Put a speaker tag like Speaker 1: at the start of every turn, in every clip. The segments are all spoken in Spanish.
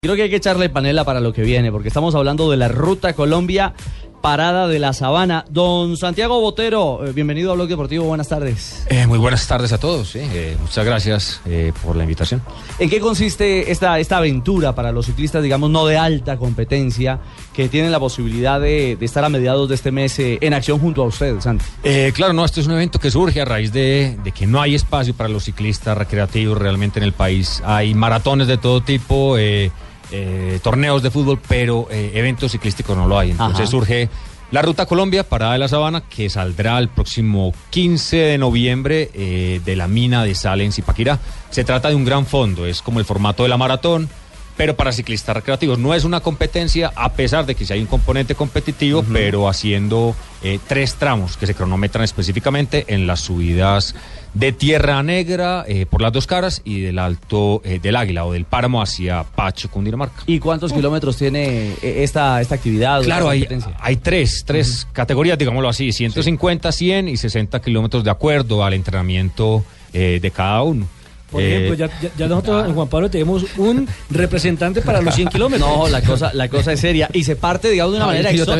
Speaker 1: Creo que hay que echarle panela para lo que viene, porque estamos hablando de la Ruta Colombia, parada de la Sabana. Don Santiago Botero, eh, bienvenido a Blog Deportivo, buenas tardes.
Speaker 2: Eh, muy buenas tardes a todos. sí. Eh, muchas gracias eh, por la invitación.
Speaker 1: ¿En qué consiste esta, esta aventura para los ciclistas, digamos, no de alta competencia, que tienen la posibilidad de, de estar a mediados de este mes eh, en acción junto a ustedes, Santi?
Speaker 2: Eh, claro, no, esto es un evento que surge a raíz de, de que no hay espacio para los ciclistas recreativos realmente en el país. Hay maratones de todo tipo, eh, eh, torneos de fútbol, pero eh, eventos ciclísticos no lo hay. Entonces
Speaker 1: Ajá.
Speaker 2: surge la Ruta Colombia, Parada de la Sabana, que saldrá el próximo 15 de noviembre eh, de la mina de sal en Zipaquirá. Se trata de un gran fondo, es como el formato de la maratón. Pero para ciclistas recreativos no es una competencia, a pesar de que sí hay un componente competitivo, pero haciendo eh, tres tramos que se cronometran específicamente en las subidas de Tierra Negra eh, por las dos caras y del Alto eh, del Águila o del Páramo hacia Pacho, Cundinamarca.
Speaker 1: ¿Y cuántos kilómetros tiene eh, esta, esta actividad? o esta
Speaker 2: Claro, hay,
Speaker 1: competencia?
Speaker 2: hay tres, tres categorías, digámoslo así, 150, 100 y 60 kilómetros de acuerdo al entrenamiento eh, de cada uno.
Speaker 3: Por
Speaker 2: Eh,
Speaker 3: ejemplo, ya, ya- ya nosotros en Juan Pablo tenemos un representante para los 100 kilómetros.
Speaker 1: No, la cosa, la cosa es seria. Y se parte, digamos, de una manera exótica.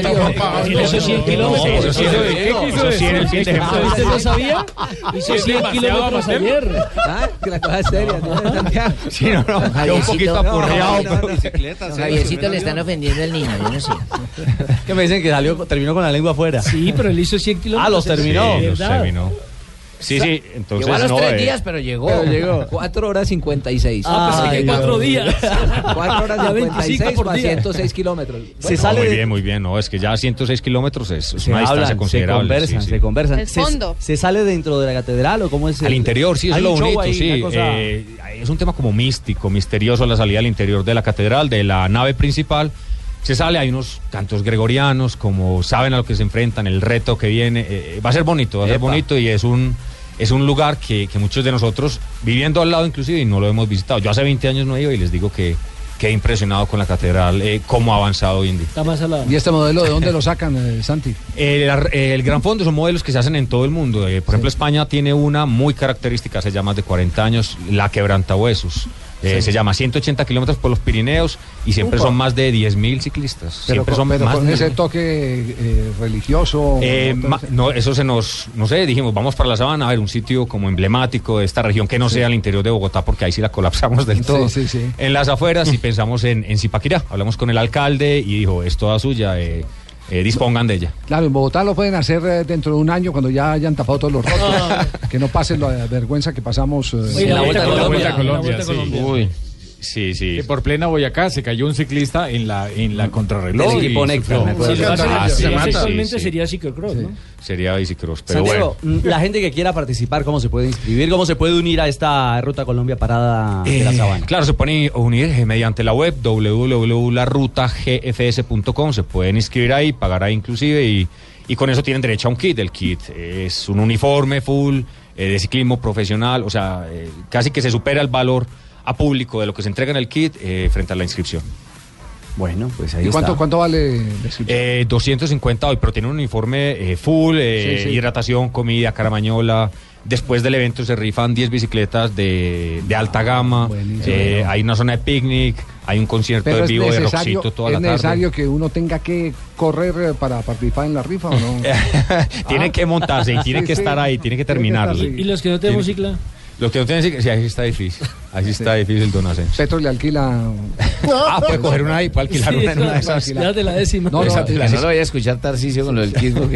Speaker 3: En esos 100 kilómetros.
Speaker 2: Eso sí, eso sí, eso sí, en el fin de
Speaker 3: Ah,
Speaker 2: semana.
Speaker 3: ¿Usted no sabía? Hice 100 kilómetros ayer.
Speaker 4: Ah, que la cosa es seria, ¿no? Santiago.
Speaker 2: Sí, no, no, yo un
Speaker 4: Javiercito,
Speaker 2: poquito
Speaker 4: no, no,
Speaker 2: aporreado, pero-
Speaker 4: no, Don Javiercito le están ofendiendo al niño, yo no sé.
Speaker 1: Que me dicen que salió, terminó con la lengua afuera.
Speaker 3: Sí, pero él hizo 100 kilómetros.
Speaker 1: Ah, los terminó.
Speaker 2: Sí, los
Speaker 3: ¿Verdad?
Speaker 2: terminó. Sí, sí, entonces
Speaker 4: Llegó a los
Speaker 2: no,
Speaker 4: tres
Speaker 2: eh,
Speaker 4: días, pero llegó.
Speaker 1: Pero llegó. pues
Speaker 4: 4 horas 56.
Speaker 3: Ah, pensé que
Speaker 1: Ay,
Speaker 3: cuatro
Speaker 1: Dios.
Speaker 3: días.
Speaker 4: 4 horas
Speaker 3: Ya
Speaker 4: 56
Speaker 3: por
Speaker 4: para
Speaker 3: día.
Speaker 4: 106 kilómetros.
Speaker 1: Se
Speaker 2: no,
Speaker 1: sale
Speaker 2: muy
Speaker 1: de-
Speaker 2: bien, muy bien. No, es que ya 106 kilómetros es, es
Speaker 1: se
Speaker 2: una
Speaker 1: hablan,
Speaker 2: distancia
Speaker 1: se
Speaker 2: considerable.
Speaker 1: conversan,
Speaker 2: sí, sí.
Speaker 1: se conversan.
Speaker 5: El
Speaker 1: Se-
Speaker 5: fondo.
Speaker 1: Se, sale dentro de la catedral o cómo es?
Speaker 2: Al
Speaker 1: el-
Speaker 2: interior, sí, eso
Speaker 1: Hay
Speaker 2: es lo
Speaker 1: un show
Speaker 2: bonito,
Speaker 1: ahí,
Speaker 2: sí.
Speaker 1: una cosa-
Speaker 2: Eh, es un tema como místico, misterioso la salida al interior de la catedral, de la nave principal. Se sale, hay unos cantos gregorianos, como saben a lo que se enfrentan, el reto que viene. eh, va a ser bonito, va a ser
Speaker 1: Epa.
Speaker 2: bonito y es un, es un lugar que, que muchos de nosotros, viviendo al lado inclusive, y no lo hemos visitado. Yo hace 20 años no he ido y les digo que, que he impresionado con la catedral, eh, cómo ha avanzado hoy en día.
Speaker 3: Está más al lado.
Speaker 6: ¿Y este modelo de dónde lo sacan, eh, Santi?
Speaker 2: El, ar- el gran fondo son modelos que se hacen en todo el mundo. Eh, por ejemplo, España tiene una muy característica, hace ya más de 40 años, la quebrantahuesos. Eh, Se llama 180 kilómetros por los Pirineos y siempre son más de 10.000 ciclistas.
Speaker 6: Pero,
Speaker 2: siempre
Speaker 6: con,
Speaker 2: son
Speaker 6: pero
Speaker 2: más
Speaker 6: con
Speaker 2: de-
Speaker 6: ese toque eh, religioso.
Speaker 2: Eh,
Speaker 6: ¿no?
Speaker 2: ma- no, eso se nos, no sé, dijimos, vamos para la sabana, a ver, un sitio como emblemático de esta región que no sea el interior de Bogotá, porque ahí sí la colapsamos del
Speaker 6: Sí,
Speaker 2: todo.
Speaker 6: sí, sí.
Speaker 2: En las afueras y pensamos en, en Zipaquirá. Hablamos con el alcalde y dijo, es toda suya, eh, eh, dispongan de ella.
Speaker 6: Claro, en Bogotá lo pueden hacer eh, dentro de un año cuando ya hayan tapado todos los
Speaker 3: Ah.
Speaker 6: rotos. que no pase la vergüenza que pasamos. eh,
Speaker 3: Oye,
Speaker 1: la Vuelta a
Speaker 3: a
Speaker 1: Colombia.
Speaker 3: La Vuelta a Colombia.
Speaker 2: Sí, sí.
Speaker 7: Que por plena Boyacá se cayó un ciclista en la, en la contrarreloj.
Speaker 1: Del
Speaker 7: y
Speaker 1: equipo Next,
Speaker 7: sufrió-
Speaker 1: me acuerdo.
Speaker 3: Si lo hacen-
Speaker 2: Ah, sí,
Speaker 3: si lo hacen
Speaker 2: sí, sí,
Speaker 3: actualmente
Speaker 2: sí.
Speaker 3: sería psicocross, ¿no?
Speaker 2: Sería bicicross, pero
Speaker 1: Santiago,
Speaker 2: bueno.
Speaker 1: mm, la gente que quiera participar, ¿cómo se puede inscribir? ¿Cómo se puede unir a esta Ruta Colombia Parada de la
Speaker 2: Eh,
Speaker 1: Sabana?
Speaker 2: claro, se pueden unir eh, mediante la web www.larutagfs.com. Se pueden inscribir ahí, pagar ahí inclusive y, y con eso tienen derecho a un kit. El kit es un uniforme full eh, de ciclismo profesional, o sea, eh, casi que se supera el valor a público de lo que se entrega en el kit eh, frente a la inscripción.
Speaker 1: Bueno, pues ahí
Speaker 6: ¿Y cuánto,
Speaker 1: está.
Speaker 6: cuánto vale la inscripción?
Speaker 2: Eh, 250 hoy, pero tiene un uniforme eh, full, eh,
Speaker 6: Sí, sí.
Speaker 2: hidratación, comida, caramañola. Después del evento se rifan 10 bicicletas de, de alta gama.
Speaker 6: buenísimo.
Speaker 2: eh, hay una zona de picnic, hay un concierto
Speaker 6: Pero
Speaker 2: en
Speaker 6: es
Speaker 2: vivo de
Speaker 6: necesario,
Speaker 2: Roxito toda
Speaker 6: ¿es
Speaker 2: la
Speaker 6: necesario
Speaker 2: tarde.
Speaker 6: que uno tenga que correr eh, para participar en la rifa o no?
Speaker 2: Eh. tiene
Speaker 6: Ah.
Speaker 2: que montarse y tiene
Speaker 6: Sí,
Speaker 2: que
Speaker 6: sí.
Speaker 2: estar ahí, tiene que
Speaker 6: Tiene que
Speaker 2: terminarlo.
Speaker 6: estar
Speaker 3: ¿Y los que no tenemos
Speaker 2: Tiene-
Speaker 3: cicla?
Speaker 2: Lo que no tienen sí, sí, ahí está difícil. Ahí está difícil el don Asensio.
Speaker 6: Petro le alquila.
Speaker 2: Ah, puede coger una ahí, puede alquilar
Speaker 3: Sí,
Speaker 2: una en una de
Speaker 3: claro,
Speaker 2: esas.
Speaker 3: ya de la décima.
Speaker 6: No, no,
Speaker 2: Esa-
Speaker 6: eh,
Speaker 2: la-
Speaker 4: no lo voy a escuchar Tarcisio con lo del quismo.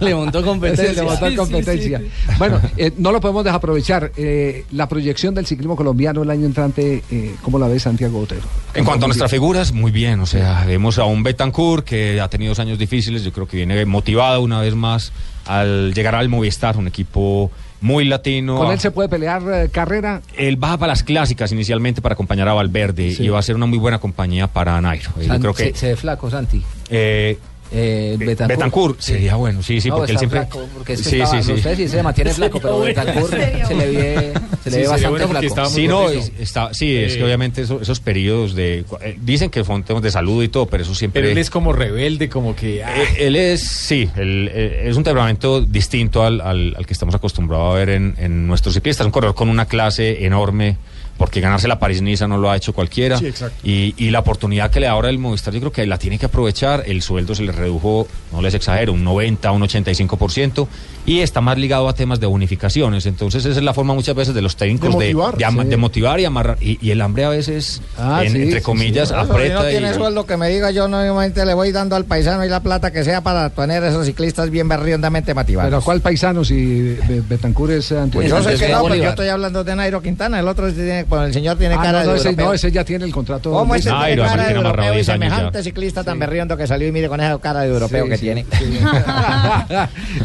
Speaker 1: Le montó
Speaker 6: Sí, le
Speaker 1: competencia.
Speaker 6: botó
Speaker 3: sí,
Speaker 6: competencia. Bueno, eh, no lo podemos desaprovechar. Eh, la proyección del ciclismo colombiano el año entrante, eh, ¿cómo la ve Santiago Otero?
Speaker 2: En cuanto a nuestras figuras, muy bien. O sea, vemos a un Betancourt que ha tenido dos años difíciles. Yo creo que viene motivado una vez más al llegar al Movistar, un equipo muy latino.
Speaker 6: ¿Con
Speaker 2: Ah,
Speaker 6: él se puede pelear eh, carrera?
Speaker 2: él baja para las clásicas inicialmente para acompañar a Valverde y va a ser una muy buena compañía para Nairo. Eh, Yo creo que
Speaker 4: Se, se ve flaco, Santi.
Speaker 2: eh,
Speaker 4: Eh,
Speaker 2: Betancourt, sería bueno, sí, sí,
Speaker 4: No,
Speaker 2: porque él
Speaker 4: está
Speaker 2: siempre.
Speaker 4: flaco, porque es que
Speaker 2: sí,
Speaker 4: estaba-
Speaker 2: sí,
Speaker 4: no
Speaker 2: sí.
Speaker 4: sé si se mantiene flaco, pero Betancourt se le ve, se le ve
Speaker 7: sería
Speaker 4: bastante
Speaker 7: bueno porque
Speaker 4: flaco.
Speaker 7: estaba muy
Speaker 2: Sí, no,
Speaker 7: gordito.
Speaker 2: es- está- sí, es
Speaker 7: Eh.
Speaker 2: que obviamente eso- esos periodos de. eh, dicen que son temas de salud y todo, pero eso siempre.
Speaker 7: Pero él es como rebelde, como que. ah,
Speaker 2: Eh, Él es, sí, él, eh, es un temperamento distinto al, al- al que estamos acostumbrados a ver en, en nuestros ciclistas. Un corredor con una clase enorme, porque ganarse la París-Niza no lo ha hecho cualquiera.
Speaker 5: Sí, exacto.
Speaker 2: Y, y la oportunidad que le da ahora el Movistar, yo creo que la tiene que aprovechar. El sueldo se le redujo, no les exagero, un 90, un 85%, y está más ligado a temas de bonificaciones. Entonces, esa es la forma muchas veces de los técnicos de,
Speaker 5: De motivar,
Speaker 2: de ama-
Speaker 5: sí.
Speaker 2: de motivar y amarrar. Y, y el hambre a veces,
Speaker 6: Ah,
Speaker 2: en-
Speaker 6: sí,
Speaker 2: entre
Speaker 6: sí,
Speaker 2: comillas,
Speaker 5: sí.
Speaker 8: Ah, Si
Speaker 2: aprieta.
Speaker 8: no tiene
Speaker 2: y-
Speaker 8: sueldo que me diga, yo normalmente le voy dando al paisano y la plata que sea para tener esos ciclistas bien berriondamente motivados.
Speaker 6: Pero ¿cuál paisano si Be- Betancur es
Speaker 4: Pues
Speaker 8: yo
Speaker 6: antioqueño?
Speaker 4: Entonces,
Speaker 8: sé que
Speaker 4: ¿qué
Speaker 8: no, pero
Speaker 4: Bolívar?
Speaker 8: yo estoy hablando de Nairo Quintana, el otro tiene, bueno, el señor tiene
Speaker 6: Ah,
Speaker 8: cara
Speaker 6: no, no,
Speaker 8: de
Speaker 6: ese,
Speaker 8: europeo.
Speaker 6: no, ese ya tiene el contrato.
Speaker 8: ¿Cómo ese
Speaker 6: listo.
Speaker 2: Nairo,
Speaker 8: tiene
Speaker 2: a mí
Speaker 8: cara de
Speaker 2: tiene amarrado
Speaker 8: europeo y
Speaker 2: 10 años ya.
Speaker 8: semejante ciclista tan berriondo que salió y mire con esa cara de europeo
Speaker 6: Sí,
Speaker 8: que
Speaker 6: sí,
Speaker 8: tiene?
Speaker 6: sí.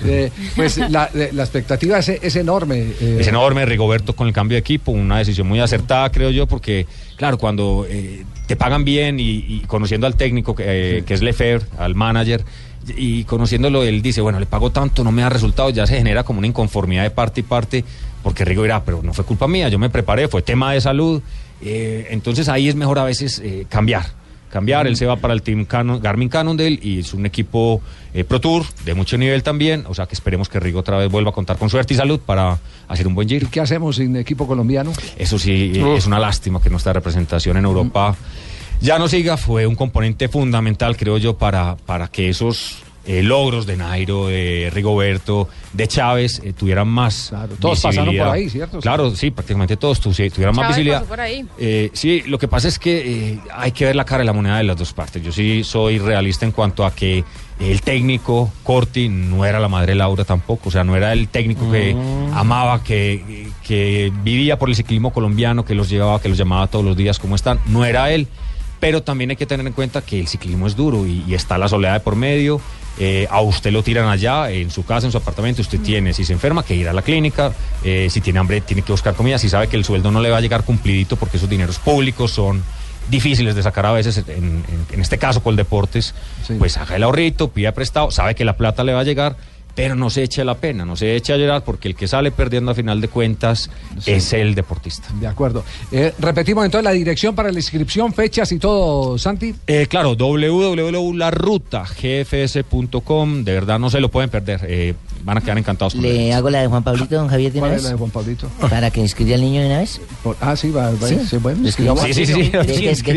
Speaker 6: Eh, pues la, eh, la expectativa es, es enorme. eh,
Speaker 2: Es enorme Rigoberto con el cambio de equipo, una decisión muy acertada, creo yo, porque, claro, cuando eh, te pagan bien y, y conociendo al técnico, que, eh, que es Lefebvre, al manager, y conociéndolo, él dice, bueno, le pago tanto, no me da resultados, ya se genera como una inconformidad de parte y parte, porque Rigo dirá, pero no fue culpa mía, yo me preparé, fue tema de salud, eh, entonces ahí es mejor a veces eh, cambiar cambiar. Él se va para el Team Canon, Garmin Cannondale y es un equipo eh, Pro Tour de mucho nivel también. O sea que esperemos que Rigo otra vez vuelva a contar con suerte y salud para hacer un buen
Speaker 6: ¿Y
Speaker 2: giro.
Speaker 6: qué hacemos sin equipo colombiano?
Speaker 2: Eso sí, eh, es una lástima que nuestra representación en Europa
Speaker 6: Mm.
Speaker 2: ya no siga. Fue un componente fundamental, creo yo, para, para que esos eh, logros de Nairo, de Rigoberto, de Chávez eh, tuvieran más
Speaker 6: Claro, todos pasaron
Speaker 2: visibilidad.
Speaker 6: por ahí, ¿cierto?
Speaker 2: Claro, sí, prácticamente todos tu- si tuvieran más
Speaker 9: Chávez
Speaker 2: visibilidad.
Speaker 9: pasó por ahí.
Speaker 2: Eh, sí, lo que pasa es que eh, hay que ver la cara de la moneda de las dos partes. Yo sí soy realista en cuanto a que el técnico Corti no era la madre Laura tampoco, o sea, no era el técnico que
Speaker 9: Mm.
Speaker 2: amaba, que, que vivía por el ciclismo colombiano, que los llevaba, que los llamaba todos los días, ¿cómo están? No era él. Pero también hay que tener en cuenta que el ciclismo es duro y, y está la soledad de por medio. eh, a usted lo tiran allá, en su casa, en su apartamento. Usted tiene, si se enferma, que ir a la clínica. eh, si tiene hambre, tiene que buscar comida. Si sabe que el sueldo no le va a llegar cumplidito porque esos dineros públicos son difíciles de sacar a veces, en, en- en este caso con el deportes,
Speaker 6: Sí.
Speaker 2: pues haga el ahorrito, pida prestado, sabe que la plata le va a llegar, pero no se eche la pena, no se eche a llorar porque el que sale perdiendo a final de cuentas es el deportista.
Speaker 6: De acuerdo. Eh, repetimos entonces la dirección para la inscripción, fechas y todo, Santi.
Speaker 2: Eh, claro, www.larutagfs.com, de verdad no se lo pueden perder, eh, van a quedar encantados con
Speaker 4: Le
Speaker 2: ustedes.
Speaker 8: hago la de Juan Pablito, don Javier,
Speaker 6: ¿Cuál es la de Juan Pablito?
Speaker 8: para que inscriba al niño de una vez.
Speaker 6: Por- ah, sí, va, va- sí, bueno, escribamos.
Speaker 2: Sí, sí, sí.
Speaker 8: le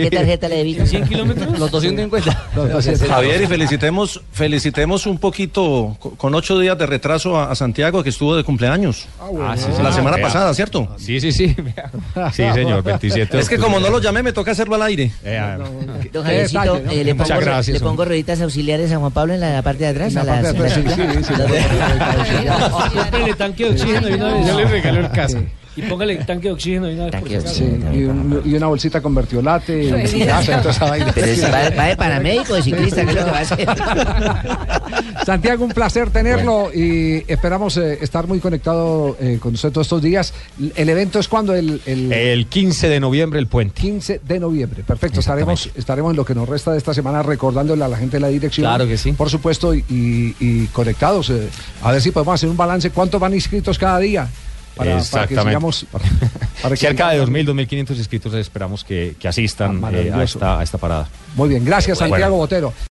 Speaker 8: debito?
Speaker 3: 100 kilómetros.
Speaker 1: Los 250.
Speaker 6: No, no, sí, sí.
Speaker 5: Javier, y felicitemos, felicitemos un poquito co- con ocho días de retraso a, a Santiago que estuvo de cumpleaños
Speaker 2: Ah, sí,
Speaker 5: la
Speaker 2: señor.
Speaker 5: semana
Speaker 2: Vea.
Speaker 5: pasada, ¿cierto?
Speaker 2: Sí, sí, sí. vea. Sí, señor, 27. de
Speaker 5: Es que
Speaker 2: octubre.
Speaker 5: como no lo llamé, me toca hacerlo al aire.
Speaker 2: Eh, a ver.
Speaker 8: Don
Speaker 6: Qué
Speaker 8: Javiercito,
Speaker 6: detalle, ¿no?
Speaker 8: eh, le,
Speaker 2: Muchas
Speaker 8: pongo,
Speaker 2: gracias,
Speaker 8: le pongo
Speaker 2: hombre.
Speaker 8: rueditas auxiliares a Juan Pablo en la, parte de atrás.
Speaker 6: En la
Speaker 8: a
Speaker 6: parte de
Speaker 8: las-
Speaker 6: atrás,
Speaker 8: las-
Speaker 6: sí, sí, sí,
Speaker 8: las-
Speaker 3: Póngale tanque de oxígeno de una vez.
Speaker 7: Ya le regaló el caso.
Speaker 3: Y póngale tanque de oxígeno de una vez. por
Speaker 8: Tanque de
Speaker 3: si acaso.
Speaker 6: Sí, y, un- y una bolsita con vertiolate. y-
Speaker 9: Sí.
Speaker 6: Ah, pero toda esa vaina.
Speaker 8: Pero es- va, va de paramédico, de ciclista, ¿qué es lo que va a hacer?
Speaker 6: Santiago, un placer tenerlo y esperamos eh, estar muy conectado eh, con usted todos estos días. L- ¿El evento es cuando? El, el
Speaker 2: El 15 de noviembre, el puente.
Speaker 6: 15 de noviembre. Perfecto, estaremos, estaremos en lo que nos resta de esta semana recordándole a la gente la dirección.
Speaker 1: Claro que sí.
Speaker 6: Por supuesto, y, y conectados. eh, a ver si podemos hacer un balance. ¿Cuántos van inscritos cada día?
Speaker 2: Exactamente.
Speaker 6: Para que sigamos, para- para que
Speaker 2: Cerca de
Speaker 6: sigamos.
Speaker 2: 2.000, 2.500 inscritos esperamos que, que
Speaker 6: Ah,
Speaker 2: asistan eh, a,
Speaker 6: maravilloso.
Speaker 2: esta, a esta parada.
Speaker 6: Muy bien, gracias
Speaker 2: Bueno.
Speaker 6: Santiago Botero.